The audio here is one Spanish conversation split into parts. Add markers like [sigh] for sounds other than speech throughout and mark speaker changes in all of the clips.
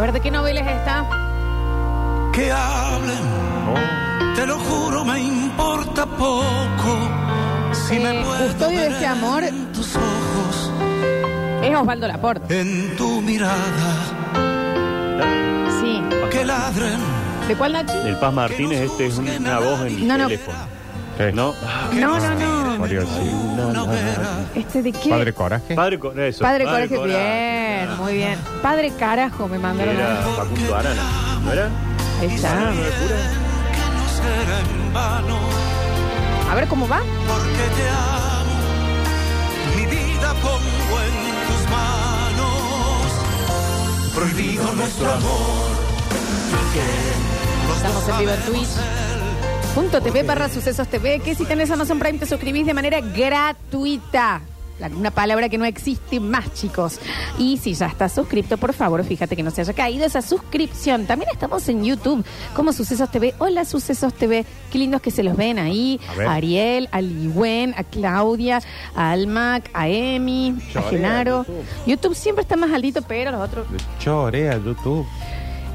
Speaker 1: ver, ¿de qué novela es esta?
Speaker 2: que hablen, te lo juro, me importa poco. Si
Speaker 1: Eh,
Speaker 2: me puedo
Speaker 1: Custodio de
Speaker 2: ver
Speaker 1: este amor.
Speaker 2: en tus ojos,
Speaker 1: Es Osvaldo Laporte.
Speaker 2: en tu mirada,
Speaker 1: Sí.
Speaker 2: que ladren.
Speaker 1: ¿De cuál, Nachi?
Speaker 3: El Paz Martínez, este es una voz en el
Speaker 1: No, no.
Speaker 3: teléfono.
Speaker 4: Sí.
Speaker 3: ¿No? Ah,
Speaker 1: No, no, no.
Speaker 4: Mario, sí.
Speaker 2: Una hoguera.
Speaker 1: ¿Este de qué?
Speaker 4: Padre Coraje.
Speaker 3: Padre con eso.
Speaker 1: Padre Coraje,
Speaker 3: Coraje.
Speaker 1: bien, muy bien. Padre Carajo me
Speaker 3: Que
Speaker 1: mandaron.
Speaker 3: Era Facundo Arana. ¿No era? Ah,
Speaker 1: Ahí está.
Speaker 3: ¿No era pura?
Speaker 2: que no será en vano,
Speaker 1: A ver cómo va.
Speaker 2: porque te amo. Mi vida pongo en tus manos. Prohibido nuestro amor.
Speaker 1: Estamos en vivo en Twitch. Punto TV barra sucesos TV. Que si tenés Amazon Prime te suscribís de manera gratuita. La- Una palabra que no existe más, chicos. Y si ya estás suscrito, por favor, fíjate que no se haya caído esa suscripción. También estamos en YouTube, como Sucesos TV. Hola, Sucesos TV. Qué lindos que se los ven ahí.
Speaker 4: A ver.
Speaker 1: A Ariel, a Ligüen, a Claudia, a Almac, a Emi, a
Speaker 3: Llorea,
Speaker 1: Genaro.
Speaker 3: YouTube.
Speaker 1: YouTube siempre está más altito, pero los otros
Speaker 4: Chorea, YouTube.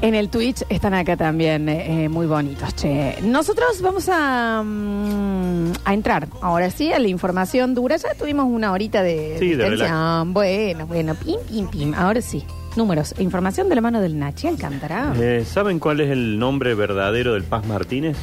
Speaker 1: en el Twitch están acá también, eh, eh, muy bonitos, che. Nosotros vamos a, mm, a entrar ahora sí a la información dura. Ya tuvimos una horita de
Speaker 3: Sí, de
Speaker 1: distensión. Bueno, bueno, pim, pim, pim. Ahora sí. Números. e Información de la mano del Nachi Alcántara.
Speaker 3: Eh, ¿Saben cuál es el nombre verdadero del Paz Martínez?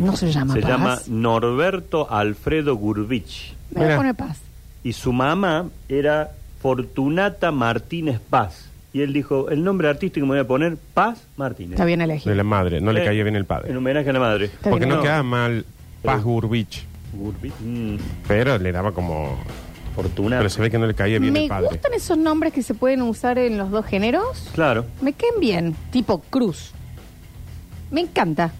Speaker 1: No se llama
Speaker 3: Se
Speaker 1: Paz.
Speaker 3: llama Norberto Alfredo Gurbich.
Speaker 1: Me voy a
Speaker 4: Mira.
Speaker 1: poner Paz.
Speaker 3: Y su mamá era Fortunata Martínez Paz. Y él dijo, el nombre artístico me voy a poner Paz Martínez.
Speaker 1: Está bien elegido.
Speaker 4: De la madre. No le
Speaker 3: Eh,
Speaker 4: caía bien el
Speaker 3: En
Speaker 4: padre.
Speaker 3: homenaje a la madre.
Speaker 1: Está
Speaker 4: Porque
Speaker 1: bien.
Speaker 4: no
Speaker 3: No.
Speaker 4: quedaba mal Paz Gurbich.
Speaker 3: Gurbich. Mm,
Speaker 4: Pero le daba como.
Speaker 3: Fortunata.
Speaker 4: Pero se ve que no le caía bien
Speaker 1: Me
Speaker 4: el padre.
Speaker 1: gustan esos nombres que se pueden usar en los dos géneros.
Speaker 3: Claro.
Speaker 1: Me quedan bien, tipo cruz. Me encanta.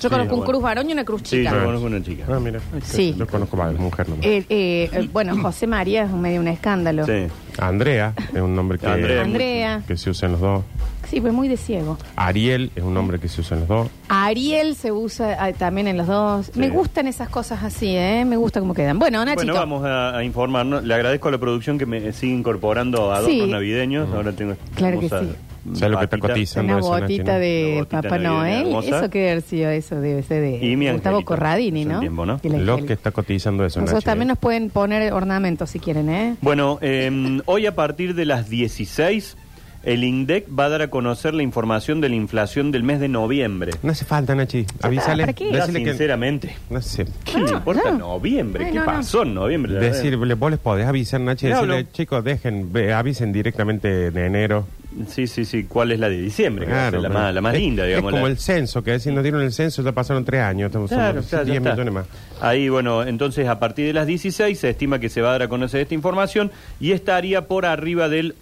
Speaker 1: Yo
Speaker 3: Sí,
Speaker 1: conozco un
Speaker 3: bueno.
Speaker 1: cruz varón y una cruz
Speaker 3: Sí,
Speaker 1: chica.
Speaker 3: yo conozco una chica.
Speaker 4: Ah, mira.
Speaker 1: Sí.
Speaker 4: Yo conozco varias mujer nomás.
Speaker 1: Eh, eh, eh, bueno, José María es un medio un escándalo.
Speaker 3: Sí.
Speaker 4: Andrea es un nombre que,
Speaker 3: Andrea.
Speaker 1: Andrea,
Speaker 4: que se usa en los dos.
Speaker 1: sí, pues muy de ciego.
Speaker 4: Ariel es un nombre que se usa en los dos.
Speaker 1: Ariel se usa ah, también en los dos. Me gustan esas cosas así, ¿eh? Me gusta cómo quedan. Bueno, Nachito.
Speaker 3: Bueno, vamos a, a informarnos. Le agradezco a la producción que me sigue incorporando adornos
Speaker 1: Sí.
Speaker 3: navideños. Ahora tengo esta
Speaker 1: Claro que
Speaker 3: hermosa
Speaker 1: sí.
Speaker 4: ¿Sabes lo que está
Speaker 3: patita.
Speaker 4: cotizando?
Speaker 1: una
Speaker 4: Sandra Sanasi,
Speaker 1: botita
Speaker 4: ¿no?
Speaker 1: de
Speaker 3: Una botita
Speaker 1: Papá
Speaker 3: navideña
Speaker 1: Noel.
Speaker 3: hermosa.
Speaker 1: Eso que haber sido, eso debe ser de
Speaker 3: Y mi
Speaker 1: Gustavo
Speaker 3: angelito,
Speaker 1: Corradini,
Speaker 3: hace un
Speaker 1: ¿no?
Speaker 3: tiempo, ¿no?
Speaker 1: El
Speaker 4: Lo
Speaker 1: angelito.
Speaker 4: que está cotizando eso,
Speaker 1: Nosotros
Speaker 4: Nachi.
Speaker 1: también nos pueden poner ornamentos si quieren, ¿eh?
Speaker 3: Bueno, eh, hoy a partir de las 16, el INDEC va a dar a conocer la información de la inflación del mes de noviembre.
Speaker 4: No hace falta, Nachi. Avísale.
Speaker 1: ¿para qué?
Speaker 3: Ya,
Speaker 4: Decirle que.
Speaker 3: sinceramente.
Speaker 4: No hace-
Speaker 3: ¿Qué le importa
Speaker 1: no.
Speaker 3: noviembre?
Speaker 1: Ah, Ay,
Speaker 3: ¿Qué
Speaker 1: no, no.
Speaker 3: pasó en noviembre? La verdad.
Speaker 4: Decirle, vos les podés avisar, Nachi.
Speaker 3: Le
Speaker 4: Decirle,
Speaker 3: hablo.
Speaker 4: chicos, dejen, ve, avisen directamente de enero.
Speaker 3: Sí, sí, sí. ¿Cuál es la de diciembre? Que va a ser la,
Speaker 4: pero-
Speaker 3: más, la más
Speaker 4: es-
Speaker 3: linda, digamos.
Speaker 4: Es como
Speaker 3: la-
Speaker 4: el censo, que si nos dieron el censo ya pasaron tres años. Estamos
Speaker 3: Claro,
Speaker 4: somos
Speaker 3: claro, ya
Speaker 4: 10
Speaker 3: está.
Speaker 4: millones más.
Speaker 3: Ahí, bueno, entonces a partir de las 16 se estima que se va a dar a conocer esta información y estaría por arriba del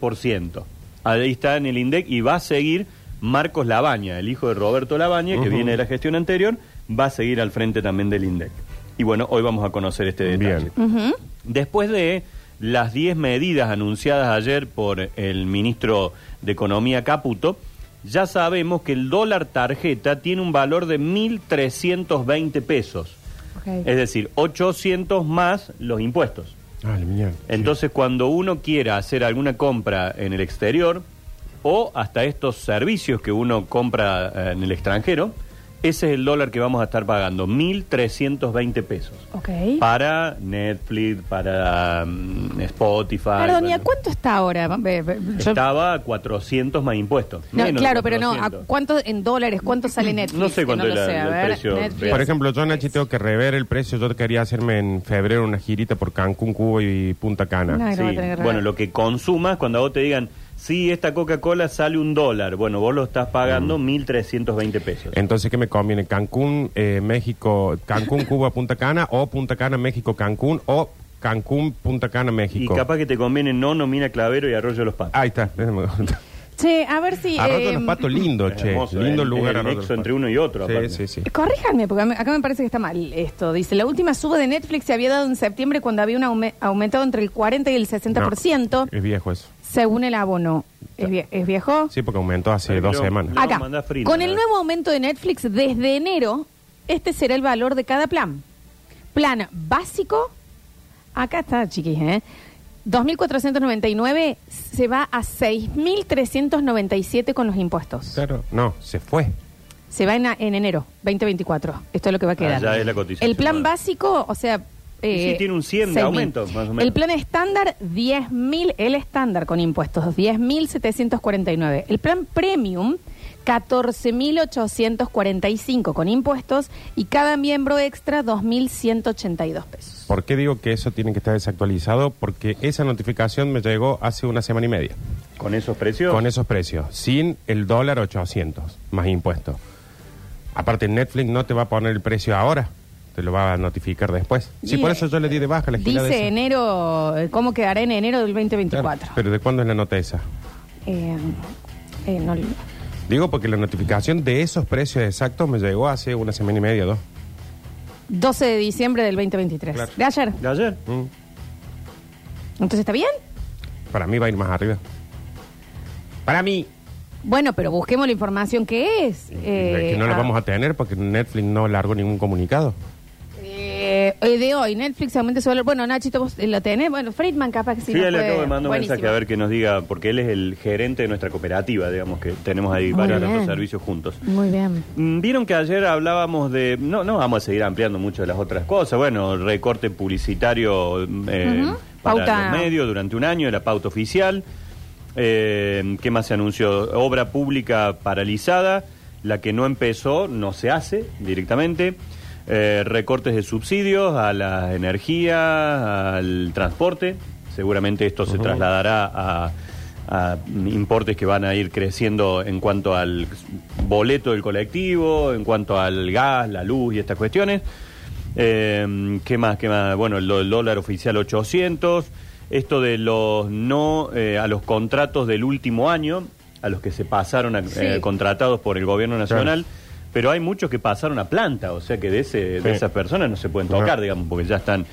Speaker 3: 11%. Ahí está en el INDEC y va a seguir Marcos Labaña, el hijo de Roberto Labaña, que
Speaker 4: Ujú.
Speaker 3: viene de la gestión anterior, va a seguir al frente también del INDEC. Y bueno, hoy vamos a conocer este detalle.
Speaker 4: Bien.
Speaker 3: Después de las 10 medidas anunciadas ayer por el ministro de Economía Caputo, ya sabemos que el dólar tarjeta tiene un valor de 1.320 pesos.
Speaker 1: Ok.
Speaker 3: Es decir, 800 más los impuestos.
Speaker 4: Ah, la mierda.
Speaker 3: Entonces, cuando uno quiera hacer alguna compra en el exterior o hasta estos servicios que uno compra eh, en el extranjero, ese es el dólar que vamos a estar pagando, 1.320 pesos.
Speaker 1: Ok.
Speaker 3: Para Netflix, para mm, Spotify.
Speaker 1: Perdón, ¿y a
Speaker 3: bueno.
Speaker 1: cuánto está ahora? Ve, ve, yo-
Speaker 3: Estaba a 400 más impuestos.
Speaker 1: No,
Speaker 3: menos de
Speaker 1: claro, pero no, ¿a
Speaker 3: 400.
Speaker 1: ¿cuánto en dólares? ¿Cuánto sale Netflix?
Speaker 3: No sé
Speaker 1: Que
Speaker 3: cuánto
Speaker 1: lo
Speaker 3: era el
Speaker 1: a ver,
Speaker 3: precio
Speaker 1: Netflix.
Speaker 3: real.
Speaker 4: Por ejemplo, yo, Nachi, tengo que rever el precio. Yo quería hacerme en febrero una girita por Cancún, Cuba y Punta Cana.
Speaker 1: No, Ay, va a tener
Speaker 3: Sí,
Speaker 1: que
Speaker 3: Bueno,
Speaker 1: regalar.
Speaker 3: lo que consumas, cuando a vos te digan, sí, esta Coca-Cola sale un dólar, bueno, vos lo estás pagando
Speaker 4: Mm.
Speaker 3: 1.320 pesos.
Speaker 4: Entonces, ¿qué me conviene? Cancún, eh, México,
Speaker 3: [laughs]
Speaker 4: Cancún, Cuba, Punta Cana, o Punta Cana, México, Cancún, o Cancún, Punta Cana,
Speaker 3: Y
Speaker 4: México.
Speaker 3: capaz que te conviene no nomina Clavero y Arroyo los Patos.
Speaker 4: Ahí está. ese me gusta.
Speaker 1: Che, a ver si.
Speaker 4: Arroyo
Speaker 1: eh,
Speaker 4: los Patos, lindo,
Speaker 3: Es
Speaker 4: che.
Speaker 3: hermoso, eh,
Speaker 4: lindo
Speaker 3: es-
Speaker 4: lugar.
Speaker 3: es el
Speaker 4: Arroyo
Speaker 3: nexo
Speaker 4: los
Speaker 3: entre
Speaker 4: Patos.
Speaker 3: uno y otro,
Speaker 4: Sí,
Speaker 3: aparte.
Speaker 4: sí, sí.
Speaker 1: Corríjanme, porque a mí- acá me parece que está mal esto. Dice, la última suba de Netflix se había dado en septiembre cuando había un aume- aumentado entre el 40 y el 60%,
Speaker 4: No, es viejo eso.
Speaker 1: según el abono. ¿Es, vie- es viejo?
Speaker 4: Sí, porque aumentó hace
Speaker 3: Pero-
Speaker 4: dos semanas.
Speaker 3: No,
Speaker 1: acá.
Speaker 3: manda free,
Speaker 1: Con
Speaker 3: ¿no?
Speaker 1: el nuevo aumento de Netflix desde enero, este será el valor de cada plan. Plan básico. Acá está, chiquis, ¿eh? 2.499 se va a 6.397 con los impuestos.
Speaker 4: Claro. No, se fue.
Speaker 1: Se va en, en enero 2024. Esto es lo que va a quedar.
Speaker 3: Ah, ya es la cotización.
Speaker 1: El plan
Speaker 3: Vale.
Speaker 1: básico, o sea...
Speaker 3: Y sí, tiene un 100 de
Speaker 1: 6.000.
Speaker 3: aumento, más o menos.
Speaker 1: El plan estándar, 10.000, el estándar con impuestos, 10.749. El plan premium, 14.845 con impuestos y cada miembro extra, 2.182 pesos.
Speaker 4: ¿Por qué digo que eso tiene que estar desactualizado? Porque esa notificación me llegó hace una semana y media.
Speaker 3: ¿Con esos precios?
Speaker 4: Ah, Con esos precios, sin el dólar 800, más impuestos. Aparte, Netflix no te va a poner el precio ahora, te lo va a notificar después. Sí,
Speaker 1: Y,
Speaker 4: por eso yo le di de baja la gira
Speaker 1: Dice enero, eh, ¿cómo quedará en enero del 2024?
Speaker 4: Pero ¿de cuándo es la nota esa?
Speaker 1: Eh, eh, no-
Speaker 4: Digo porque la notificación de esos precios exactos me llegó hace una semana y media, dos.
Speaker 1: 12 de diciembre del 2023.
Speaker 4: Claro.
Speaker 1: De ayer.
Speaker 3: ¿De ayer?
Speaker 4: Mm.
Speaker 1: Entonces, ¿está bien?
Speaker 4: Para mí va a ir más arriba. Para mí.
Speaker 1: Bueno, pero busquemos la información que es. eh,
Speaker 4: Es que
Speaker 1: ah.
Speaker 4: no la vamos a tener porque Netflix no largó ningún comunicado.
Speaker 1: de eh, hoy, Netflix aumenta su valor. Bueno, Nachito, vos eh, lo tenés. Bueno, Friedman capaz que sí.
Speaker 3: Sí,
Speaker 1: nos
Speaker 3: le
Speaker 1: puede-
Speaker 3: acabo de mandar un
Speaker 1: Buenísimo.
Speaker 3: mensaje a ver que nos diga, porque él es el gerente de nuestra cooperativa, digamos, que tenemos ahí
Speaker 1: Muy
Speaker 3: varios
Speaker 1: Ah, bien.
Speaker 3: otros servicios juntos.
Speaker 1: Muy bien.
Speaker 3: Mm, Vieron que ayer hablábamos de. No, no vamos a seguir ampliando mucho de las otras cosas. Bueno, recorte publicitario mm, eh,
Speaker 1: Ujú.
Speaker 3: para
Speaker 1: Pauta.
Speaker 3: los medios durante un año, la pauta oficial. Eh, ¿Qué más se anunció? Obra pública paralizada. La que no empezó no se hace directamente. Eh, recortes de subsidios a la energía, al transporte. Seguramente esto se trasladará a, a importes que van a ir creciendo en cuanto al boleto del colectivo, en cuanto al gas, la luz y estas cuestiones. Eh, ¿Qué más? ¿Qué más? Bueno, el, do- el dólar oficial 800. Esto de los no eh, a los contratos del último año, a los que se pasaron a-
Speaker 1: Sí.
Speaker 3: eh, contratados por el gobierno nacional. Pero hay muchos que pasaron a planta, o sea que de, ese,
Speaker 4: Sí.
Speaker 3: de esas personas no se pueden
Speaker 4: Ajá.
Speaker 3: tocar, digamos, porque ya están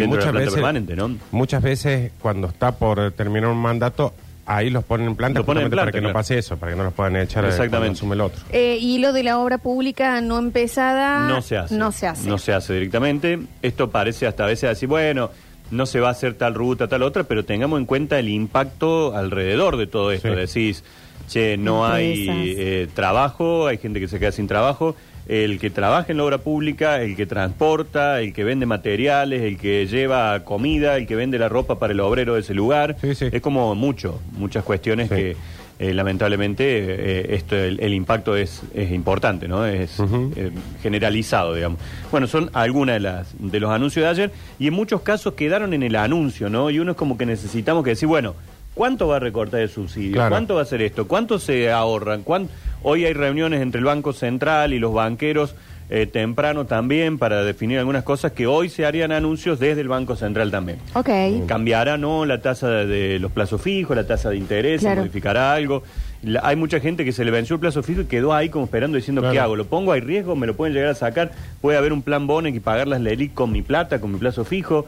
Speaker 3: dentro de la
Speaker 4: muchas
Speaker 3: planta
Speaker 4: veces,
Speaker 3: permanente, ¿no?
Speaker 4: muchas veces cuando está por terminar un mandato, ahí los ponen en planta,
Speaker 3: Los ponen en
Speaker 4: justamente para
Speaker 3: planta,
Speaker 4: que no
Speaker 3: claro.
Speaker 4: pase eso, para que no los puedan echar eh,
Speaker 3: Exactamente.
Speaker 4: cuando asume el otro.
Speaker 1: Eh, y lo de la obra pública no empezada.
Speaker 3: No se hace.
Speaker 1: No se hace.
Speaker 3: No se hace directamente. Esto parece hasta a veces decir, bueno, no se va a hacer tal ruta, tal otra, pero tengamos en cuenta el impacto alrededor de todo esto.
Speaker 4: Sí.
Speaker 3: Decís, che, no hay
Speaker 1: Empresas.
Speaker 3: eh, trabajo, hay gente que se queda sin trabajo. El que trabaja en la obra pública, el que transporta, el que vende materiales, el que lleva comida, el que vende la ropa para el obrero de ese lugar.
Speaker 4: Sí, sí.
Speaker 3: Es como mucho, muchas cuestiones
Speaker 4: Sí.
Speaker 3: que eh, lamentablemente eh, esto, el, el impacto es, es importante, ¿no? Es
Speaker 4: Ujú.
Speaker 3: eh, generalizado, digamos. Bueno, son algunas de las de los anuncios de ayer y en muchos casos quedaron en el anuncio, ¿no? Y uno es como que necesitamos que decir, bueno, ¿cuánto va a recortar el subsidio?
Speaker 4: Claro.
Speaker 3: ¿Cuánto va a hacer esto? ¿Cuánto se ahorran? ¿Cuán- Hoy hay reuniones entre el Banco Central y los banqueros eh, temprano también para definir algunas cosas que hoy se harían anuncios desde el Banco Central también.
Speaker 1: Ok.
Speaker 3: Eh, Cambiará, ¿no? La tasa de, de los plazos fijos, la tasa de interés, se
Speaker 1: Claro.
Speaker 3: modificará algo. La- hay mucha gente que se le venció el plazo fijo y quedó ahí como esperando diciendo,
Speaker 4: Claro.
Speaker 3: ¿qué hago? ¿Lo pongo? ¿Hay riesgo? ¿Me lo pueden llegar a sacar? ¿Puede haber un plan bono y pagar las LELIC con mi plata, con mi plazo fijo?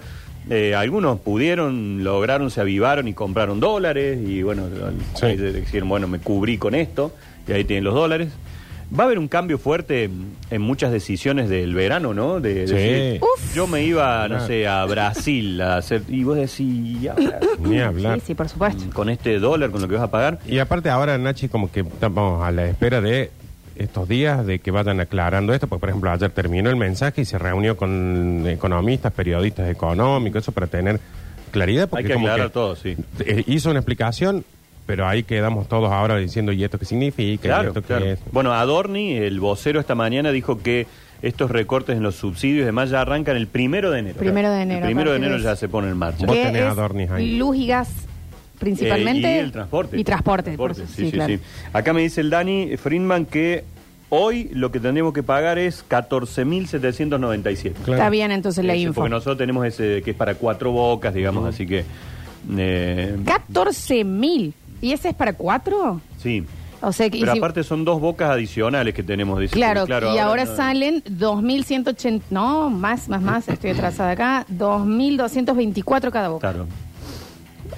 Speaker 3: Eh, algunos pudieron, lograron, se avivaron y compraron dólares y bueno,
Speaker 4: Sí.
Speaker 3: ahí dijeron, bueno, me cubrí con esto y ahí tienen los dólares. Va a haber un cambio fuerte mm, en muchas decisiones del verano, ¿no? De, de
Speaker 4: Sí.
Speaker 3: decir,
Speaker 1: Uf.
Speaker 3: Yo me iba, no
Speaker 4: Claro.
Speaker 3: sé, a Brasil a hacer... Y vos decís, "Y ahora,
Speaker 4: Ni hablar.
Speaker 1: Sí, sí, por supuesto.
Speaker 3: con este dólar, con lo que vas a pagar.
Speaker 4: Y aparte ahora, Nachi, como que estamos a la espera de estos días de que vayan aclarando esto, porque por ejemplo ayer terminó el mensaje y se reunió con economistas, periodistas económicos, eso para tener claridad. Porque
Speaker 3: Hay que
Speaker 4: como
Speaker 3: aclarar todo, sí.
Speaker 4: eh, hizo una explicación, pero ahí quedamos todos ahora diciendo, ¿y esto qué significa? ¿Y
Speaker 3: Claro,
Speaker 4: esto qué
Speaker 3: claro.
Speaker 4: es?".
Speaker 3: Bueno, Adorni, el vocero esta mañana, dijo que estos recortes en los subsidios y demás ya arrancan el primero de enero.
Speaker 1: Primero de enero,
Speaker 3: El primero de
Speaker 1: aparte
Speaker 3: enero
Speaker 1: de
Speaker 3: ya
Speaker 1: eso.
Speaker 3: se pone en marcha.
Speaker 4: Vos
Speaker 1: Que
Speaker 4: tenés
Speaker 1: es
Speaker 4: adornos ahí.
Speaker 1: Luz y gas, principalmente.
Speaker 3: Eh, y el transporte.
Speaker 1: Y transporte. por
Speaker 3: Transporte,
Speaker 1: su-
Speaker 3: sí, sí,
Speaker 1: claro.
Speaker 3: sí. Acá me dice el Dani Friedman que hoy lo que tendremos que pagar es 14.797.
Speaker 4: Claro.
Speaker 1: Está bien entonces la
Speaker 3: Ese,
Speaker 1: info.
Speaker 3: Eh, Porque nosotros tenemos ese que es para cuatro bocas, digamos, así que... eh,
Speaker 1: 14 mil. ¿Y ese es para cuatro?
Speaker 3: sí.
Speaker 1: O sea, que y
Speaker 3: Pero
Speaker 1: si-
Speaker 3: aparte son dos bocas adicionales que tenemos, dice.
Speaker 1: Claro,
Speaker 3: porque,
Speaker 1: y ahora,
Speaker 3: no-
Speaker 1: salen 2.180, no, más, más,
Speaker 3: [laughs]
Speaker 1: más, estoy atrasada acá, 2.224 cada boca.
Speaker 3: Claro.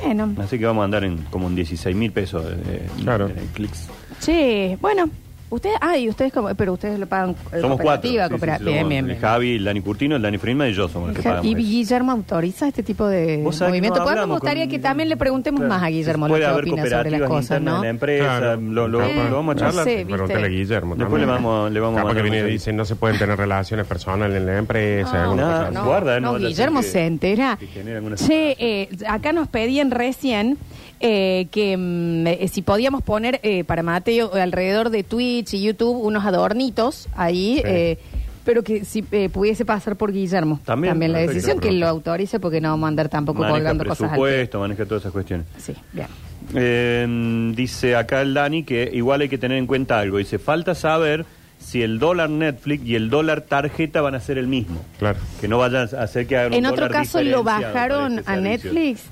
Speaker 1: Bueno,
Speaker 3: eh, Así que vamos a andar en como en 16 mil pesos de, de-
Speaker 4: Claro.
Speaker 3: de clics.
Speaker 1: che, bueno, Ustedes, ay, ustedes como, pero ustedes lo pagan. eh,
Speaker 3: Somos cuatro.
Speaker 1: cooperativa,
Speaker 3: Sí, sí,
Speaker 1: coopera-
Speaker 3: sí,
Speaker 1: bien,
Speaker 3: somos
Speaker 1: bien,
Speaker 3: el
Speaker 1: bien.
Speaker 3: Javi, el Dani Curtino, el Dani Friedman y yo somos los que pagamos.
Speaker 1: Y
Speaker 3: eso.
Speaker 1: Guillermo autoriza este tipo de
Speaker 3: Vos sabés que
Speaker 1: movimiento.
Speaker 3: no
Speaker 1: Pues me
Speaker 3: hablamos
Speaker 1: gustaría
Speaker 3: con-
Speaker 1: que también le preguntemos
Speaker 3: Claro.
Speaker 1: más a Guillermo lo
Speaker 3: Puede
Speaker 1: que
Speaker 3: haber
Speaker 1: opina sobre las
Speaker 3: cooperativas
Speaker 1: cosas,
Speaker 3: internas
Speaker 1: ¿no?
Speaker 3: de la empresa,
Speaker 4: Claro.
Speaker 3: lo, lo-
Speaker 1: Eh,
Speaker 3: lo vamos a
Speaker 1: no
Speaker 3: charlar.
Speaker 1: sé, viste.
Speaker 4: Pregúntale a Guillermo.
Speaker 3: Después le
Speaker 4: también.
Speaker 3: vamos, le vamos
Speaker 4: Capaz
Speaker 3: a
Speaker 4: que
Speaker 3: mandar
Speaker 4: viene y
Speaker 3: mensaje.
Speaker 4: dice, no se pueden tener relaciones personales en la empresa.
Speaker 1: Ah,
Speaker 4: alguna
Speaker 3: no,
Speaker 4: cosa así.
Speaker 1: no,
Speaker 3: guarda,
Speaker 1: no,
Speaker 3: no, la
Speaker 1: Guillermo
Speaker 3: gente
Speaker 1: se entera.
Speaker 3: que genera alguna
Speaker 1: Che,
Speaker 3: situación.
Speaker 1: eh, acá nos pedían recién eh, que mm, eh, si podíamos poner eh, para Mateo eh, alrededor de Twitch y YouTube unos adornitos ahí,
Speaker 4: Sí.
Speaker 1: eh, pero que si eh, pudiese pasar por Guillermo. la
Speaker 3: También, perfecto,
Speaker 1: decisión que
Speaker 4: pronto.
Speaker 1: lo autorice porque no vamos a andar tampoco
Speaker 3: Maneja
Speaker 1: colgando cosas al pedo.
Speaker 3: presupuesto, maneja todas esas cuestiones.
Speaker 1: Sí, bien.
Speaker 3: Eh, dice acá el Dani que igual hay que tener en cuenta algo. Dice, falta saber si el dólar Netflix y el dólar tarjeta van a ser el mismo.
Speaker 4: Claro.
Speaker 3: Que no vayan a hacer que hagan un
Speaker 1: En otro
Speaker 3: dólar
Speaker 1: caso lo
Speaker 3: diferenciado
Speaker 1: bajaron a
Speaker 3: para ese servicio.
Speaker 1: Netflix.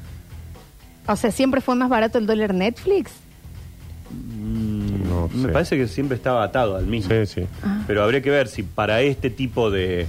Speaker 1: O sea, siempre fue más barato el dólar Netflix.
Speaker 4: No
Speaker 3: Me
Speaker 4: sé.
Speaker 3: parece que siempre estaba atado al mismo.
Speaker 4: Sí, sí.
Speaker 1: Ah.
Speaker 3: Pero habría que ver si para este tipo de,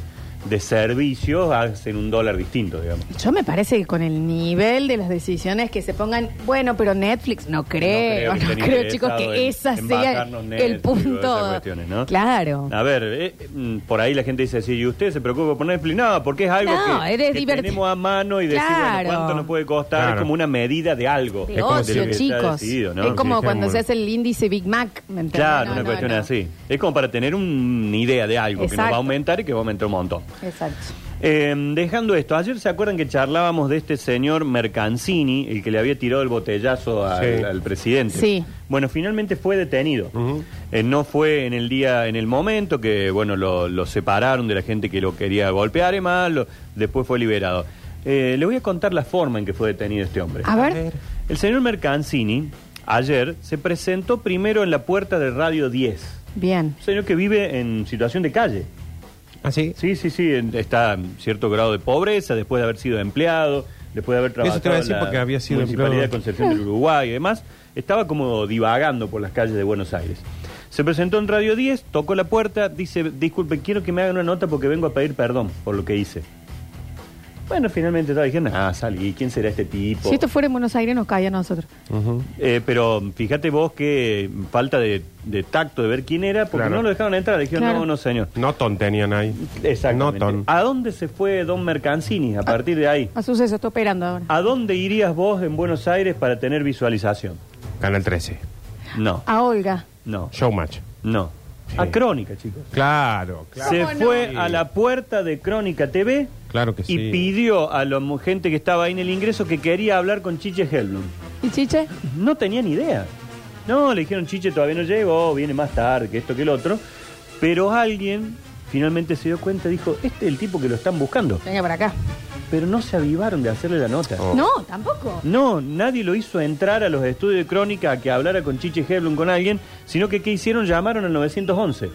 Speaker 3: de servicios hacen un dólar distinto, digamos.
Speaker 1: Yo me parece que con el nivel de las decisiones que se pongan, bueno, pero Netflix, no creo,
Speaker 3: que
Speaker 1: no creo,
Speaker 3: estén
Speaker 1: chicos,
Speaker 3: interesados
Speaker 1: que
Speaker 3: en-
Speaker 1: esa
Speaker 3: en
Speaker 1: sea
Speaker 3: bajarnos
Speaker 1: el
Speaker 3: Netflix o esas
Speaker 1: punto.
Speaker 3: cuestiones, ¿no?
Speaker 1: Claro.
Speaker 3: A ver, eh, mm, por ahí la gente dice así, ¿y usted se preocupa por Netflix? No, porque es algo
Speaker 1: No,
Speaker 3: que,
Speaker 1: eres
Speaker 3: que
Speaker 1: diverti-
Speaker 3: tenemos a mano y decir,
Speaker 1: Claro.
Speaker 3: bueno, ¿cuánto nos puede costar?
Speaker 4: Claro.
Speaker 3: Es como una medida de algo.
Speaker 1: De
Speaker 4: es como si
Speaker 1: ocio,
Speaker 4: lo-
Speaker 3: que está
Speaker 1: chicos.
Speaker 3: decidido, ¿no?
Speaker 1: Es como
Speaker 4: Sí,
Speaker 1: cuando
Speaker 4: es
Speaker 1: se
Speaker 4: muy-
Speaker 1: hace el índice Big Mac, ¿me entiendes?
Speaker 3: Claro,
Speaker 1: No,
Speaker 3: una
Speaker 1: no,
Speaker 3: cuestión
Speaker 1: no.
Speaker 3: así. Es como para tener un- una idea de algo que nos
Speaker 1: Exacto.
Speaker 3: va a aumentar y que va a aumentar un montón.
Speaker 1: Exacto.
Speaker 3: Eh, dejando esto, ayer se acuerdan que charlábamos de este señor Mercancini, el que le había tirado el botellazo al,
Speaker 4: Sí.
Speaker 3: al presidente.
Speaker 1: Sí.
Speaker 3: Bueno, finalmente fue detenido.
Speaker 4: Ujú.
Speaker 3: Eh, no fue en el día, en el momento que, bueno, lo, lo separaron de la gente que lo quería golpear y más, lo- después fue liberado. Eh, le voy a contar la forma en que fue detenido este hombre.
Speaker 1: A ver,
Speaker 3: El señor Mercancini, ayer, se presentó primero en la puerta de Radio 10.
Speaker 1: bien.
Speaker 3: Un señor que vive en situación de calle.
Speaker 4: ¿Ah, sí?
Speaker 3: Sí, sí, sí, en- está en cierto grado de pobreza después de haber sido empleado, después de haber
Speaker 4: te iba
Speaker 3: trabajado
Speaker 4: a decir,
Speaker 3: en la
Speaker 4: porque había sido
Speaker 3: Municipalidad
Speaker 4: empleado.
Speaker 3: de Concepción del Uruguay y demás, estaba como divagando por las calles de Buenos Aires. Se presentó en Radio 10, tocó la puerta, dice, disculpe, quiero que me hagan una nota porque vengo a pedir perdón por lo que hice. Bueno, finalmente estaba diciendo, ah, salí, ¿quién será este tipo?
Speaker 1: Si esto fuera en Buenos Aires, nos cae a nosotros.
Speaker 4: Ujú.
Speaker 3: Eh, pero fíjate vos que falta de, de tacto de ver quién era, porque
Speaker 4: Claro.
Speaker 3: no lo dejaron entrar, le dijeron,
Speaker 1: Claro.
Speaker 3: no, no, señor.
Speaker 4: Noton tenían ahí.
Speaker 3: Exactamente.
Speaker 4: Noton.
Speaker 3: ¿A dónde se fue Don Mercancini a partir de ahí?
Speaker 1: A suceso, está operando ahora.
Speaker 3: ¿A dónde irías vos en Buenos Aires para tener visualización?
Speaker 4: Canal 13.
Speaker 3: No,
Speaker 1: A Olga.
Speaker 3: no,
Speaker 4: Showmatch.
Speaker 3: no. A
Speaker 4: Sí.
Speaker 3: Crónica, chicos.
Speaker 4: Claro, claro.
Speaker 3: Se
Speaker 1: no?
Speaker 3: fue a la puerta de Crónica TV
Speaker 4: Claro que
Speaker 3: y
Speaker 4: sí.
Speaker 3: pidió a la mu- gente que estaba ahí en el ingreso que quería hablar con Chiche Helblum.
Speaker 1: ¿Y Chiche?
Speaker 3: No tenía ni idea. No, le dijeron Chiche todavía no llegó, viene más tarde, que esto, que el otro. Pero alguien finalmente se dio cuenta y dijo, este es el tipo que lo están buscando.
Speaker 1: Venga para acá.
Speaker 3: Pero no se avivaron de hacerle la nota.
Speaker 4: Oh.
Speaker 1: No, tampoco.
Speaker 3: No, nadie lo hizo entrar a los estudios de crónica a que hablara con Chiche Heblum con alguien, sino que ¿qué hicieron? Llamaron al 911.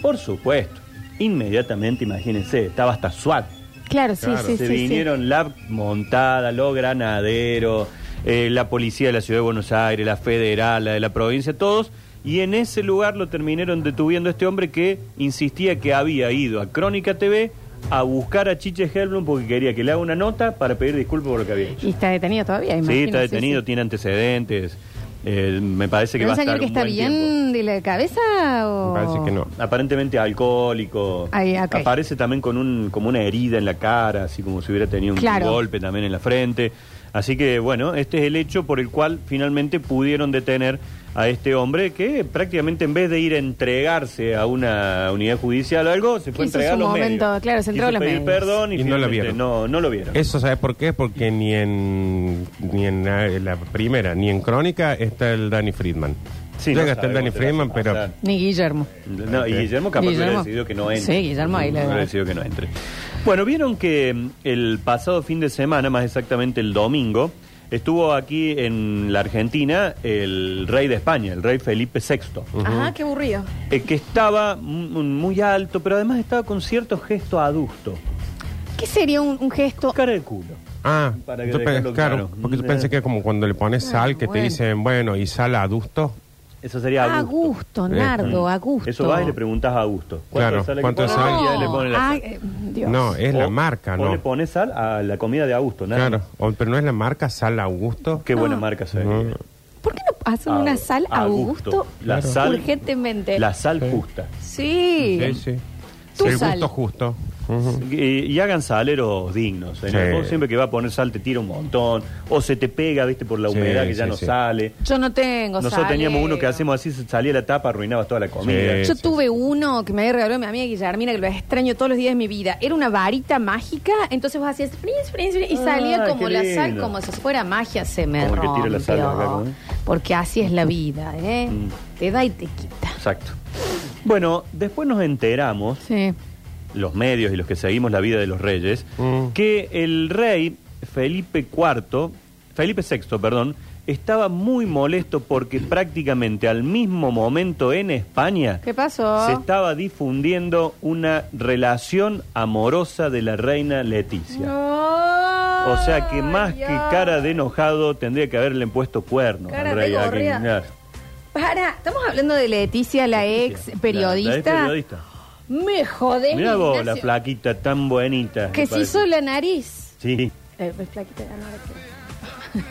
Speaker 3: Por supuesto. Inmediatamente, imagínense, estaba hasta SWAT.
Speaker 1: Claro, sí,
Speaker 4: Claro,
Speaker 1: sí,
Speaker 3: Se
Speaker 1: sí, sí.
Speaker 3: vinieron la montada, los granaderos, eh, la policía de la Ciudad de Buenos Aires, la federal, la de la provincia, todos. Y en ese lugar lo terminaron detuviendo a este hombre que insistía que había ido a Crónica TV a buscar a Chiche Heblum porque quería que le haga una nota para pedir disculpas por lo que había hecho.
Speaker 1: Y está detenido todavía, imagino.
Speaker 3: Sí, está detenido, tiene antecedentes. Eh, me parece que
Speaker 1: ¿Pero
Speaker 3: va
Speaker 1: un
Speaker 3: a
Speaker 1: señor
Speaker 3: estar
Speaker 1: que
Speaker 3: un
Speaker 1: está
Speaker 3: buen
Speaker 1: bien
Speaker 3: tiempo.
Speaker 1: de la cabeza o...?
Speaker 4: Me parece que no.
Speaker 3: Aparentemente alcohólico.
Speaker 1: Ahí, ok.
Speaker 3: Aparece también con un como una herida en la cara, así como si hubiera tenido un
Speaker 1: Claro.
Speaker 3: golpe también en la frente. Así que bueno, este es el hecho por el cual finalmente pudieron detener a este hombre que prácticamente en vez de ir a entregarse a una unidad judicial o algo, se fue a
Speaker 1: Quiso
Speaker 3: entregar a
Speaker 1: su
Speaker 3: los
Speaker 1: momento,
Speaker 3: medios.
Speaker 1: claro, se entregó
Speaker 3: Quiso
Speaker 1: a los
Speaker 3: pedir
Speaker 1: medios.
Speaker 3: perdón y,
Speaker 4: Y no lo
Speaker 3: finalmente
Speaker 4: vieron.
Speaker 3: No, no lo vieron.
Speaker 4: Eso, ¿sabes por qué? Porque ni en, ni en la, la primera, ni en Crónica está el Danny Friedman.
Speaker 3: Sí,
Speaker 4: Llega
Speaker 3: no
Speaker 4: está el Danny
Speaker 3: sabemos qué le va a
Speaker 4: Friedman, pero...
Speaker 3: pasar.
Speaker 1: Ni Guillermo.
Speaker 3: No, y Guillermo capaz que
Speaker 1: Guillermo.
Speaker 3: hubiera decidido que no entre.
Speaker 1: Sí, Guillermo ahí le-
Speaker 3: Hubiera decidido que no entre. Bueno, vieron que mm, el pasado fin de semana, más exactamente el domingo, estuvo aquí en la Argentina el rey de España, el rey Felipe VI,
Speaker 4: Mm.
Speaker 1: Ajá, qué aburrido.
Speaker 3: eh, que estaba mm, muy alto, pero además estaba con cierto gesto adusto.
Speaker 1: ¿Qué sería un, un gesto?
Speaker 3: Cara de culo.
Speaker 4: Ah,
Speaker 3: Para que
Speaker 4: yo pe-
Speaker 3: dejarlo
Speaker 4: claro,
Speaker 3: claro.
Speaker 4: porque yo pensé que como cuando le pones
Speaker 1: Ah,
Speaker 4: sal, que
Speaker 1: bueno.
Speaker 4: te dicen, bueno, y sal adusto.
Speaker 3: Eso sería
Speaker 1: A
Speaker 3: adusto.
Speaker 1: gusto,
Speaker 4: Eh,
Speaker 1: Nardo, a gusto.
Speaker 3: mm. Eso vas y le preguntas a Augusto.
Speaker 4: Claro,
Speaker 1: No,
Speaker 4: ¿cuánto de sal?
Speaker 3: Y ahí le pone la
Speaker 1: ah,
Speaker 3: sal.
Speaker 1: eh, Dios.
Speaker 4: No, es la
Speaker 3: O-
Speaker 4: marca,
Speaker 3: o
Speaker 4: ¿no?
Speaker 3: le pones sal a la comida de Augusto, nada
Speaker 4: Claro,
Speaker 3: más.
Speaker 4: o- pero no es la marca sal Augusto.
Speaker 1: Ah.
Speaker 3: Qué buena marca se ve.
Speaker 4: No.
Speaker 1: ¿Por qué no? hacen
Speaker 3: a-
Speaker 1: una sal
Speaker 3: a
Speaker 1: a
Speaker 3: gusto.
Speaker 1: gusto,
Speaker 3: eh, La sal-
Speaker 1: urgentemente.
Speaker 3: La sal
Speaker 4: Sí.
Speaker 3: justa.
Speaker 1: Sí.
Speaker 4: Sí, sí.
Speaker 1: Tu
Speaker 4: El
Speaker 1: sal.
Speaker 4: gusto justo. Ujú.
Speaker 3: Y, y hagan saleros dignos. señor.
Speaker 4: Sí.
Speaker 3: Vos Siempre que va a poner sal te tira un montón. O se te pega, viste, por la
Speaker 4: Sí,
Speaker 3: humedad que ya
Speaker 4: sí,
Speaker 3: no
Speaker 4: sí.
Speaker 3: sale.
Speaker 1: Yo no tengo
Speaker 3: Nosotros
Speaker 1: sal,
Speaker 3: teníamos uno
Speaker 1: eh.
Speaker 3: que hacemos así, se salía la tapa, arruinabas toda la comida.
Speaker 4: Sí.
Speaker 1: Yo tuve uno que me había regalado mi amiga Guillermina, que lo extraño todos los días de mi vida. Era una varita mágica, entonces vos hacías frizz, frizz, frizz, y
Speaker 3: Ah,
Speaker 1: salía como
Speaker 3: qué
Speaker 1: la sal,
Speaker 3: lindo.
Speaker 1: como si fuera magia, se me
Speaker 3: Como el que tira la sal acá,
Speaker 1: rompió.
Speaker 3: ¿no?
Speaker 1: Porque así es la vida, ¿eh?
Speaker 3: Mm.
Speaker 1: Te da y te quita.
Speaker 3: Exacto. Bueno, después nos enteramos,
Speaker 1: Sí.
Speaker 3: los medios y los que seguimos la vida de los reyes,
Speaker 4: Mm.
Speaker 3: que el rey Felipe IV, Felipe VI, perdón, estaba muy molesto porque prácticamente al mismo momento en España
Speaker 1: ¿Qué pasó?
Speaker 3: se estaba difundiendo una relación amorosa de la reina Leticia.
Speaker 1: No.
Speaker 3: O sea que más que
Speaker 1: Dios.
Speaker 3: cara de enojado tendría que haberle puesto cuernos
Speaker 1: Cara
Speaker 3: al
Speaker 1: de
Speaker 3: rey. a
Speaker 1: gorrea.
Speaker 3: quien-
Speaker 1: Para, estamos hablando de Leticia, la ex periodista.
Speaker 3: La- la ex periodista.
Speaker 1: Me jodés,
Speaker 3: Mira vos,
Speaker 1: Ignacio,
Speaker 3: la flaquita tan bonita.
Speaker 1: Que
Speaker 3: me
Speaker 1: se
Speaker 3: parece.
Speaker 1: hizo la nariz.
Speaker 3: Sí.
Speaker 1: Eh, pues, flaquita, la nariz.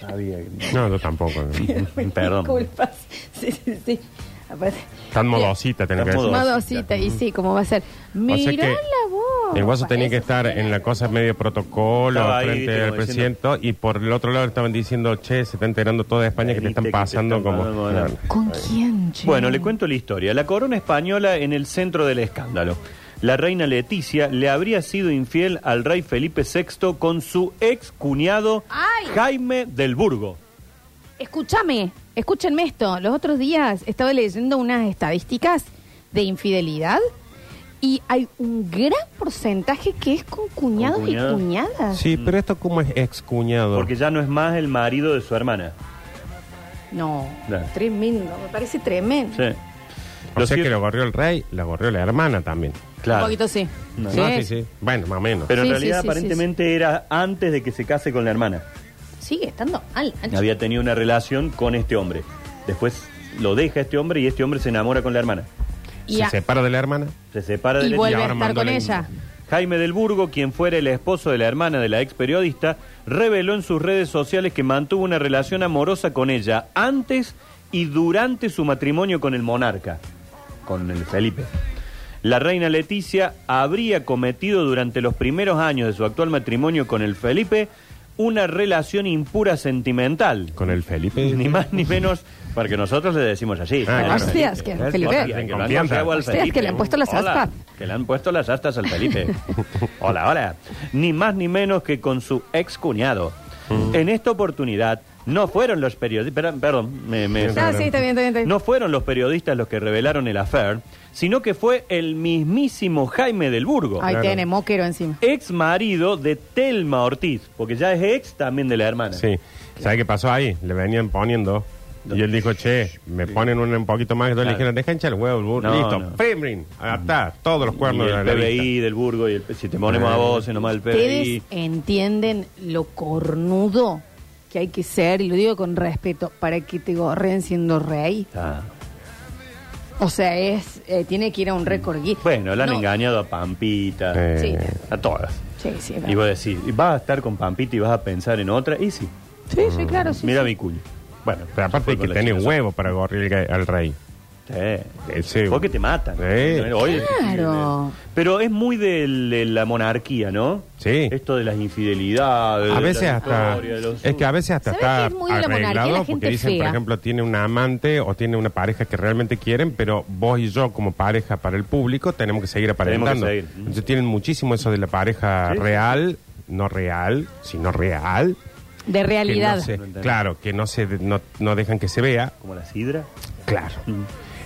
Speaker 3: Sabía
Speaker 1: [laughs]
Speaker 3: que-
Speaker 4: No, yo tampoco.
Speaker 3: Perdón.
Speaker 1: Disculpas. Sí, sí, sí. Aparte,
Speaker 4: Tan modosita tiene que
Speaker 3: Tan
Speaker 4: ser.
Speaker 3: modosita.
Speaker 1: modosita, y sí, ¿cómo va a ser?
Speaker 4: Oh, O
Speaker 1: Mirá
Speaker 4: sea que
Speaker 1: la voz.
Speaker 4: El guaso tenía que
Speaker 1: Eso
Speaker 4: estar en la cosa medio protocolo
Speaker 3: Estaba ahí,
Speaker 4: frente
Speaker 3: viste,
Speaker 4: al
Speaker 3: como
Speaker 4: presidente y por el otro lado estaban diciendo, che, se está enterando toda España que te
Speaker 3: Venite,
Speaker 4: están
Speaker 3: que te
Speaker 4: pasando
Speaker 3: están
Speaker 4: como...
Speaker 3: pasando
Speaker 4: Bueno,
Speaker 3: la-
Speaker 1: ¿Con quién, che?
Speaker 3: Bueno, le cuento la historia. La corona española en el centro del escándalo. La reina Leticia le habría sido infiel al rey Felipe VI con su ex cuñado
Speaker 1: ¡Ay!
Speaker 3: Jaime del Burgo.
Speaker 1: Escúchame, escúchenme esto. Los otros días estaba leyendo unas estadísticas de infidelidad y hay un gran porcentaje que es con cuñados
Speaker 3: Con cuñadas.
Speaker 1: y cuñadas.
Speaker 4: Sí, pero esto como es excuñado.
Speaker 3: Porque ya no es más el marido de su hermana.
Speaker 1: No,
Speaker 3: Claro.
Speaker 1: tremendo, me parece tremendo.
Speaker 3: Sí.
Speaker 4: o
Speaker 3: Lo
Speaker 4: sea
Speaker 3: cier-
Speaker 4: que lo gorrió el rey, la gorrió la hermana también.
Speaker 1: Un
Speaker 3: Claro.
Speaker 1: poquito sí.
Speaker 3: No,
Speaker 1: Sí.
Speaker 4: Ah, sí, sí. Bueno, más o menos.
Speaker 3: Pero
Speaker 1: Sí,
Speaker 3: en
Speaker 1: sí,
Speaker 3: realidad
Speaker 1: sí, sí,
Speaker 3: aparentemente era antes de que se case con la hermana.
Speaker 1: Sigue estando al ancho.
Speaker 3: Había tenido una relación con este hombre. Después lo deja este hombre y este hombre se enamora con la hermana.
Speaker 1: Y,
Speaker 4: se
Speaker 1: a-
Speaker 4: separa de la hermana.
Speaker 3: Se separa de
Speaker 1: y
Speaker 3: Leticia.
Speaker 1: vuelve a
Speaker 4: ahora
Speaker 1: estar
Speaker 4: mandó
Speaker 1: con
Speaker 4: la-
Speaker 1: ella.
Speaker 3: Jaime del Burgo, quien fuera el esposo de la hermana de la ex periodista, reveló en sus redes sociales que mantuvo una relación amorosa con ella antes y durante su matrimonio con el monarca, con el Felipe. La reina Leticia habría cometido durante los primeros años de su actual matrimonio con el Felipe una relación impura sentimental.
Speaker 4: Con el Felipe.
Speaker 3: Ni más ni menos, porque nosotros le decimos así.
Speaker 4: Ah, claro.
Speaker 1: Hostias, que
Speaker 3: Hostias,
Speaker 1: Felipe.
Speaker 3: que lo han llevado al
Speaker 1: Hostias,
Speaker 3: Felipe.
Speaker 1: que le han puesto las
Speaker 3: Hola,
Speaker 1: astas.
Speaker 3: Que le han puesto las astas al
Speaker 4: [laughs]
Speaker 3: Felipe. hola, hola. Ni más ni menos que con su ex cuñado.
Speaker 4: Mm.
Speaker 3: En esta oportunidad no fueron los periodistas. Perdón, me- me-
Speaker 1: Ah, sí, está bien, está bien, está bien.
Speaker 3: no fueron los periodistas los que revelaron el affair, sino que fue el mismísimo Jaime del Burgo.
Speaker 1: Ahí
Speaker 4: Claro.
Speaker 1: tiene moquero encima.
Speaker 3: Ex marido de Telma Ortiz, porque ya es ex también de la hermana.
Speaker 4: Sí. ¿Sabe qué pasó ahí? Le venían poniendo. Y él dijo, che, me ponen un, un poquito más. Entonces le
Speaker 3: Claro.
Speaker 4: dijeron, deja hinchar el huevo, el burro.
Speaker 3: No,
Speaker 4: Listo.
Speaker 3: no.
Speaker 4: Femrin, adaptá todos los cuernos
Speaker 3: Y
Speaker 4: de la Eh.
Speaker 3: el
Speaker 4: revista.
Speaker 3: PBI del Burgo y el, si te ponemos a vos, y nomás el
Speaker 1: ¿Ustedes
Speaker 3: PBI.
Speaker 1: entienden lo cornudo que hay que ser? Y lo digo con respeto, para que te gorren siendo rey.
Speaker 3: Ah.
Speaker 1: O sea, es eh, tiene que ir a un récord Guinness.
Speaker 3: Bueno, la han
Speaker 1: No.
Speaker 3: engañado a Pampita,
Speaker 4: Eh,
Speaker 1: Sí.
Speaker 3: a todas.
Speaker 1: Sí, sí, es
Speaker 3: Y
Speaker 1: verdad.
Speaker 3: vos decís, ¿y vas a estar con Pampita y vas a pensar en otra. Y sí,
Speaker 1: sí, sí, claro, sí.
Speaker 3: mira
Speaker 1: sí.
Speaker 3: mi cuño. Bueno,
Speaker 4: Pero aparte hay que tener huevo para gorrir al rey.
Speaker 3: Sí.
Speaker 4: Eh, sí.
Speaker 3: Porque te matan.
Speaker 4: Sí.
Speaker 3: Oye,
Speaker 1: Claro.
Speaker 3: ¿eh? Pero es muy del- de la monarquía, ¿no?
Speaker 4: Sí.
Speaker 3: Esto de las infidelidades.
Speaker 4: A
Speaker 3: de
Speaker 4: veces
Speaker 3: la
Speaker 4: hasta.
Speaker 3: historia, de los-
Speaker 4: Es que a veces hasta
Speaker 1: ¿Sabes
Speaker 4: está
Speaker 1: que es muy de la monarquía, la
Speaker 4: arreglado
Speaker 1: gente
Speaker 4: porque dicen, por
Speaker 1: fea?
Speaker 4: ejemplo, tiene un amante o tiene una pareja que realmente quieren, pero vos y yo, como pareja para el público, tenemos que seguir aparentando.
Speaker 3: seguir. Mm.
Speaker 4: Entonces tienen muchísimo eso de la pareja
Speaker 3: Sí.
Speaker 4: real, no real, sino real.
Speaker 1: De
Speaker 4: que no
Speaker 1: realidad.
Speaker 4: se-
Speaker 3: No entendí.
Speaker 4: claro, que no, se, no, no dejan que se vea.
Speaker 3: Como la sidra.
Speaker 4: Claro.
Speaker 1: Mm.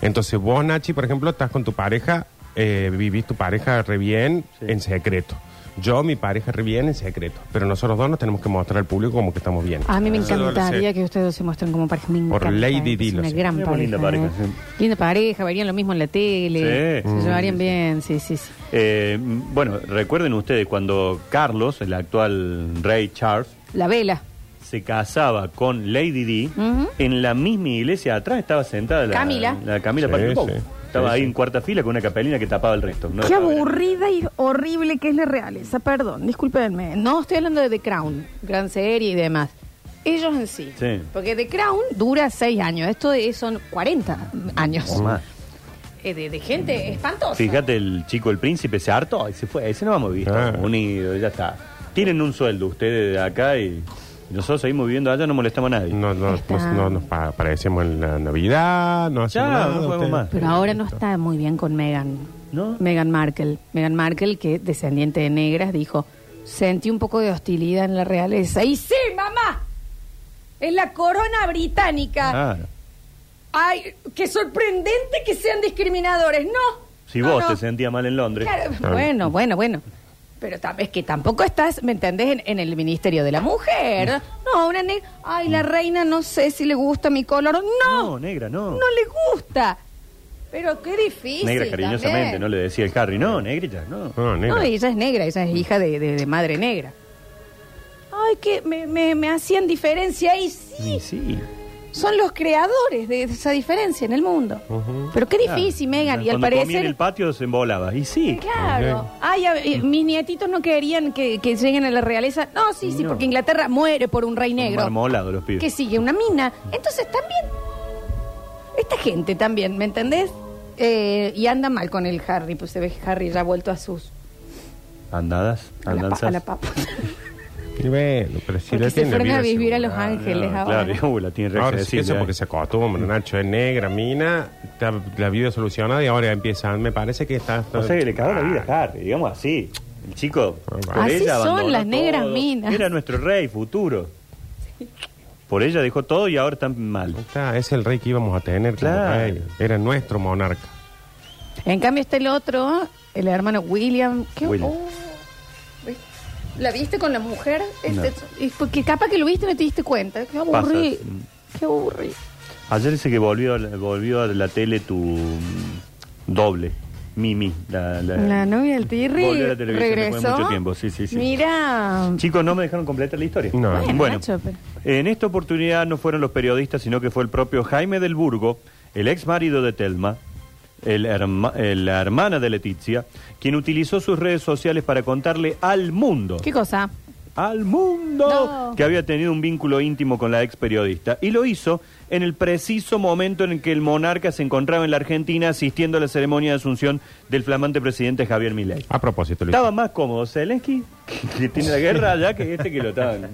Speaker 4: Entonces vos, Nachi, por ejemplo, estás con tu pareja, eh, vivís tu pareja re bien
Speaker 3: Sí.
Speaker 4: en secreto. Yo, mi pareja re bien en secreto. Pero nosotros dos nos tenemos que mostrar al público como que estamos bien.
Speaker 1: A
Speaker 3: Ah,
Speaker 1: mí me
Speaker 4: Eso lo
Speaker 1: encantaría
Speaker 4: sé.
Speaker 1: que ustedes dos se muestren como pareja. Me
Speaker 4: Por
Speaker 1: encanta,
Speaker 4: Lady
Speaker 1: es
Speaker 4: Dilo,
Speaker 1: Una
Speaker 4: sí.
Speaker 1: gran
Speaker 3: Muy
Speaker 1: pareja.
Speaker 3: linda
Speaker 1: ¿eh?
Speaker 3: pareja, sí.
Speaker 1: Linda pareja, verían lo mismo en la tele.
Speaker 3: Sí.
Speaker 1: Se
Speaker 3: Mm.
Speaker 1: llevarían bien, sí, sí, sí.
Speaker 3: Eh, bueno, recuerden ustedes cuando Carlos, el actual rey Charles,
Speaker 1: La vela.
Speaker 3: se casaba con Lady D,
Speaker 1: Ujú.
Speaker 3: en la misma iglesia atrás estaba sentada la
Speaker 1: Camila.
Speaker 3: la Camila
Speaker 4: Sí,
Speaker 3: Parker
Speaker 4: sí.
Speaker 3: Bowles. Estaba
Speaker 4: Sí,
Speaker 3: ahí
Speaker 4: sí.
Speaker 3: en cuarta fila con una capelina que tapaba el resto. No
Speaker 1: Qué
Speaker 3: dejaba ver.
Speaker 1: aburrida y horrible que es la realeza, perdón, discúlpenme. No, estoy hablando de The Crown, gran serie y demás. ellos en sí.
Speaker 3: Sí.
Speaker 1: Porque The Crown dura seis años. Esto es- son 40 años.
Speaker 3: O más.
Speaker 1: Eh, de, de gente espantosa.
Speaker 3: Fíjate, el chico, el príncipe, se hartó y se fue. Ese no vamos a vivir. Estados
Speaker 4: Ah.
Speaker 3: Unidos, ya está. Tienen un sueldo ustedes de acá y nosotros seguimos viviendo allá, no molestamos a nadie.
Speaker 4: No, no,
Speaker 1: Está.
Speaker 4: pues, no nos pa- aparecemos en la Navidad, no hacemos
Speaker 3: Ya,
Speaker 4: nada.
Speaker 3: no podemos
Speaker 4: ustedes-
Speaker 3: más.
Speaker 1: Pero ahora no está muy bien con Meghan.
Speaker 3: ¿No?
Speaker 1: Meghan Markle. Meghan Markle, que descendiente de negras, dijo, sentí un poco de hostilidad en la realeza. Y sí, mamá, es la corona británica.
Speaker 3: Claro.
Speaker 1: Ay, qué sorprendente que sean discriminadores. No.
Speaker 3: Si
Speaker 1: No,
Speaker 3: vos
Speaker 1: no.
Speaker 3: te sentías mal en Londres.
Speaker 1: Claro, Bueno, bueno, bueno. Pero tam- es que tampoco estás, ¿me entendés? En, en el Ministerio de la Mujer. No, una negra. Ay, la reina no sé si le gusta mi color. No.
Speaker 3: No, negra, no.
Speaker 1: No le gusta. Pero qué difícil.
Speaker 3: negra cariñosamente, no le decía el Harry. No, negrita, no.
Speaker 4: No,
Speaker 1: No,
Speaker 4: negra.
Speaker 1: ella es negra, ella
Speaker 3: Mm.
Speaker 1: es hija de, de- de madre negra. Ay, que me, me- me hacían diferencia y sí.
Speaker 3: Y sí.
Speaker 1: Son los creadores de esa diferencia en el mundo.
Speaker 4: Ujú.
Speaker 1: Pero qué
Speaker 3: Claro.
Speaker 1: difícil, Megan. Y al
Speaker 3: Ah. Cuando comía
Speaker 1: parecer.
Speaker 3: en el patio se embolaba. Y sí.
Speaker 1: Claro.
Speaker 4: Ok.
Speaker 1: Ay, a- eh, mis nietitos no querían que, que lleguen a la realeza. No, sí, sí,
Speaker 3: No.
Speaker 1: porque Inglaterra muere por un rey negro.
Speaker 3: Marmolado los pibes.
Speaker 1: Que sigue una mina. Entonces también. Esta gente también, ¿me entendés? Eh, y anda mal con el Harry, pues se ve que Harry ya ha vuelto a sus.
Speaker 3: Andadas,
Speaker 1: a la pa-
Speaker 3: andanzas.
Speaker 1: a la papa.
Speaker 4: Y bueno, pero si
Speaker 1: Porque
Speaker 4: la
Speaker 1: se
Speaker 4: tiene
Speaker 1: fueron
Speaker 4: vida
Speaker 1: a vivir a
Speaker 4: segura.
Speaker 1: Los Ángeles
Speaker 3: Ah,
Speaker 1: ahora.
Speaker 3: Claro, uh, la tiene
Speaker 4: Ahora sí,
Speaker 3: accesible,
Speaker 4: eso
Speaker 3: eh.
Speaker 4: porque se acostumbra, Nacho, es negra, mina, está la vida solucionada y ahora empieza, me parece que está...
Speaker 3: O sea, que le cagó la vida a Harry, digamos así. El chico. por
Speaker 1: Así
Speaker 3: ella
Speaker 1: son
Speaker 3: abandonó
Speaker 1: las negras
Speaker 3: todo.
Speaker 1: minas.
Speaker 3: Era nuestro rey futuro. Por ella dejó todo y ahora están mal.
Speaker 4: Está, es el rey que íbamos a tener, como
Speaker 3: Claro.
Speaker 4: rey. era nuestro monarca.
Speaker 1: En cambio, está el otro, el hermano William. ¿Qué?
Speaker 3: William.
Speaker 1: Oh, ¿ves? ¿La viste con la mujer? Este-
Speaker 3: No.
Speaker 1: es porque capaz que lo viste y no te diste cuenta. Qué aburrido.
Speaker 3: Pasas. Mm.
Speaker 1: Qué aburrido.
Speaker 3: Ayer dice que volvió, a la- volvió a la tele tu mm, doble, Mimi. La, la-
Speaker 1: La novia del Tirri
Speaker 3: Volvió a la televisión
Speaker 1: regresó.
Speaker 3: después de mucho tiempo, sí, sí, sí.
Speaker 1: Mira.
Speaker 3: Chicos, no me dejaron completar la historia.
Speaker 4: No.
Speaker 1: Bueno,
Speaker 4: Bueno,
Speaker 1: Nacho, pero-
Speaker 3: en esta oportunidad no fueron los periodistas, sino que fue el propio Jaime del Burgo, el ex marido de Telma, el herma- eh, la hermana de Leticia, quien utilizó sus redes sociales para contarle al mundo,
Speaker 1: ¿Qué cosa?
Speaker 3: al mundo,
Speaker 1: No.
Speaker 3: que había tenido un vínculo íntimo con la ex periodista. Y lo hizo en el preciso momento en el que el monarca se encontraba en la Argentina asistiendo a la ceremonia de asunción del flamante presidente Javier Milei.
Speaker 4: A propósito, Luis.
Speaker 3: Estaba más cómodo Zelensky, [laughs] que tiene la guerra allá, que este que lo estaban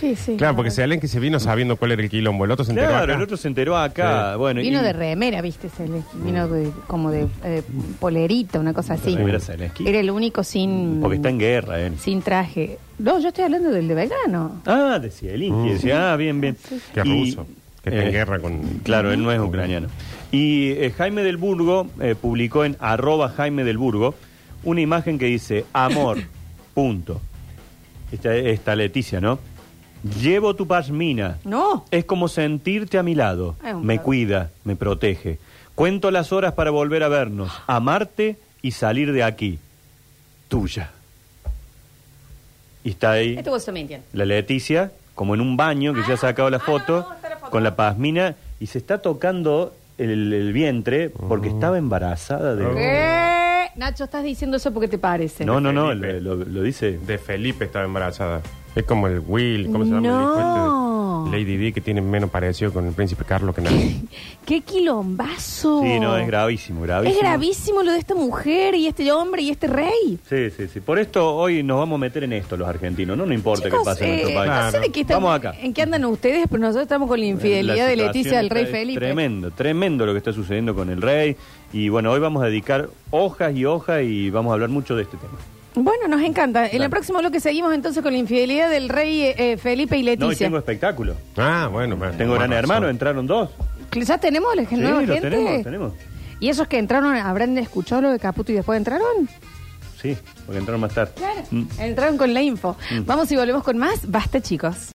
Speaker 1: Sí, sí.
Speaker 4: Claro, porque se que se vino sabiendo cuál era el quilombo, el otro se enteró
Speaker 3: Claro,
Speaker 4: acá.
Speaker 3: el otro se enteró acá.
Speaker 4: Sí.
Speaker 3: Bueno,
Speaker 1: Vino
Speaker 3: y- Mm.
Speaker 1: de remera, viste, Celeste. Vino de- como de eh, polerita, una cosa así.
Speaker 3: remera Zelensky.
Speaker 1: Era el único sin.
Speaker 3: Porque está en guerra, ¿eh?
Speaker 1: Sin traje. No, yo estoy hablando del de Belgrano.
Speaker 3: Ah, decía el Inge, decía, ah, bien, bien.
Speaker 4: Mm. Que
Speaker 3: Y,
Speaker 4: ruso, que está
Speaker 3: eh,
Speaker 4: en guerra con...
Speaker 3: Claro, él no es ucraniano. Y eh, Jaime del Burgo eh, publicó en arroba Jaime del Burgo una imagen que dice,
Speaker 4: [laughs]
Speaker 3: amor, punto. Esta, esta Leticia, ¿no? Llevo tu pasmina.
Speaker 1: No.
Speaker 3: Es como sentirte a mi lado.
Speaker 1: Es un
Speaker 3: Me
Speaker 1: cago.
Speaker 3: cuida, me protege. Cuento las horas para volver a vernos, amarte y salir de aquí. Tuya. Y está ahí
Speaker 1: Este vos también entiende.
Speaker 3: la Leticia, como en un baño que ya ha sacado la foto, con la pasmina, y se está tocando el, el vientre porque estaba embarazada de...
Speaker 1: ¿Qué? Nacho, estás diciendo eso porque te parece.
Speaker 3: No, no, no,
Speaker 4: Felipe.
Speaker 3: lo, lo- lo dice.
Speaker 4: De Felipe estaba embarazada. Es como el Will, ¿cómo se llama?
Speaker 1: No.
Speaker 4: El hijo este de Lady Di, que tiene menos parecido con el príncipe Carlos
Speaker 3: [laughs]
Speaker 4: que nadie.
Speaker 1: ¡Qué quilombazo!
Speaker 3: Sí, no, es gravísimo, gravísimo.
Speaker 1: Es gravísimo lo de esta mujer y este hombre y este rey.
Speaker 3: Sí, sí, sí. Por esto hoy nos vamos a meter en esto los argentinos, no nos importa qué
Speaker 1: Chicos,
Speaker 3: pasa en nuestro
Speaker 1: eh,
Speaker 3: país. Ah,
Speaker 1: no sé de qué están-
Speaker 3: Vamos acá.
Speaker 1: en qué andan ustedes, pero nosotros estamos con la infidelidad
Speaker 3: La
Speaker 1: de
Speaker 3: situación
Speaker 1: Leticia del Rey
Speaker 3: está- es
Speaker 1: Felipe.
Speaker 3: Tremendo, tremendo lo que está sucediendo con el rey. Y bueno, hoy vamos a dedicar hojas y hojas y vamos a hablar mucho de este tema.
Speaker 1: Bueno, nos encanta. En
Speaker 3: Dale.
Speaker 1: el próximo bloque seguimos entonces con la infidelidad del rey eh, Felipe y
Speaker 3: No, y
Speaker 1: Leticia.
Speaker 3: tengo espectáculo.
Speaker 4: Ah, bueno. bueno,
Speaker 3: Tengo gran
Speaker 4: razón.
Speaker 3: hermano, entraron dos.
Speaker 1: ¿Ya tenemos la
Speaker 3: Sí,
Speaker 1: nueva
Speaker 3: lo
Speaker 1: gente?
Speaker 3: tenemos, tenemos.
Speaker 1: ¿Y esos que entraron habrán escuchado lo de Caputo y después entraron?
Speaker 3: Sí, porque entraron más tarde.
Speaker 1: Claro.
Speaker 3: Mm.
Speaker 1: Entraron con la info. Vamos y volvemos con más. Basta, chicos.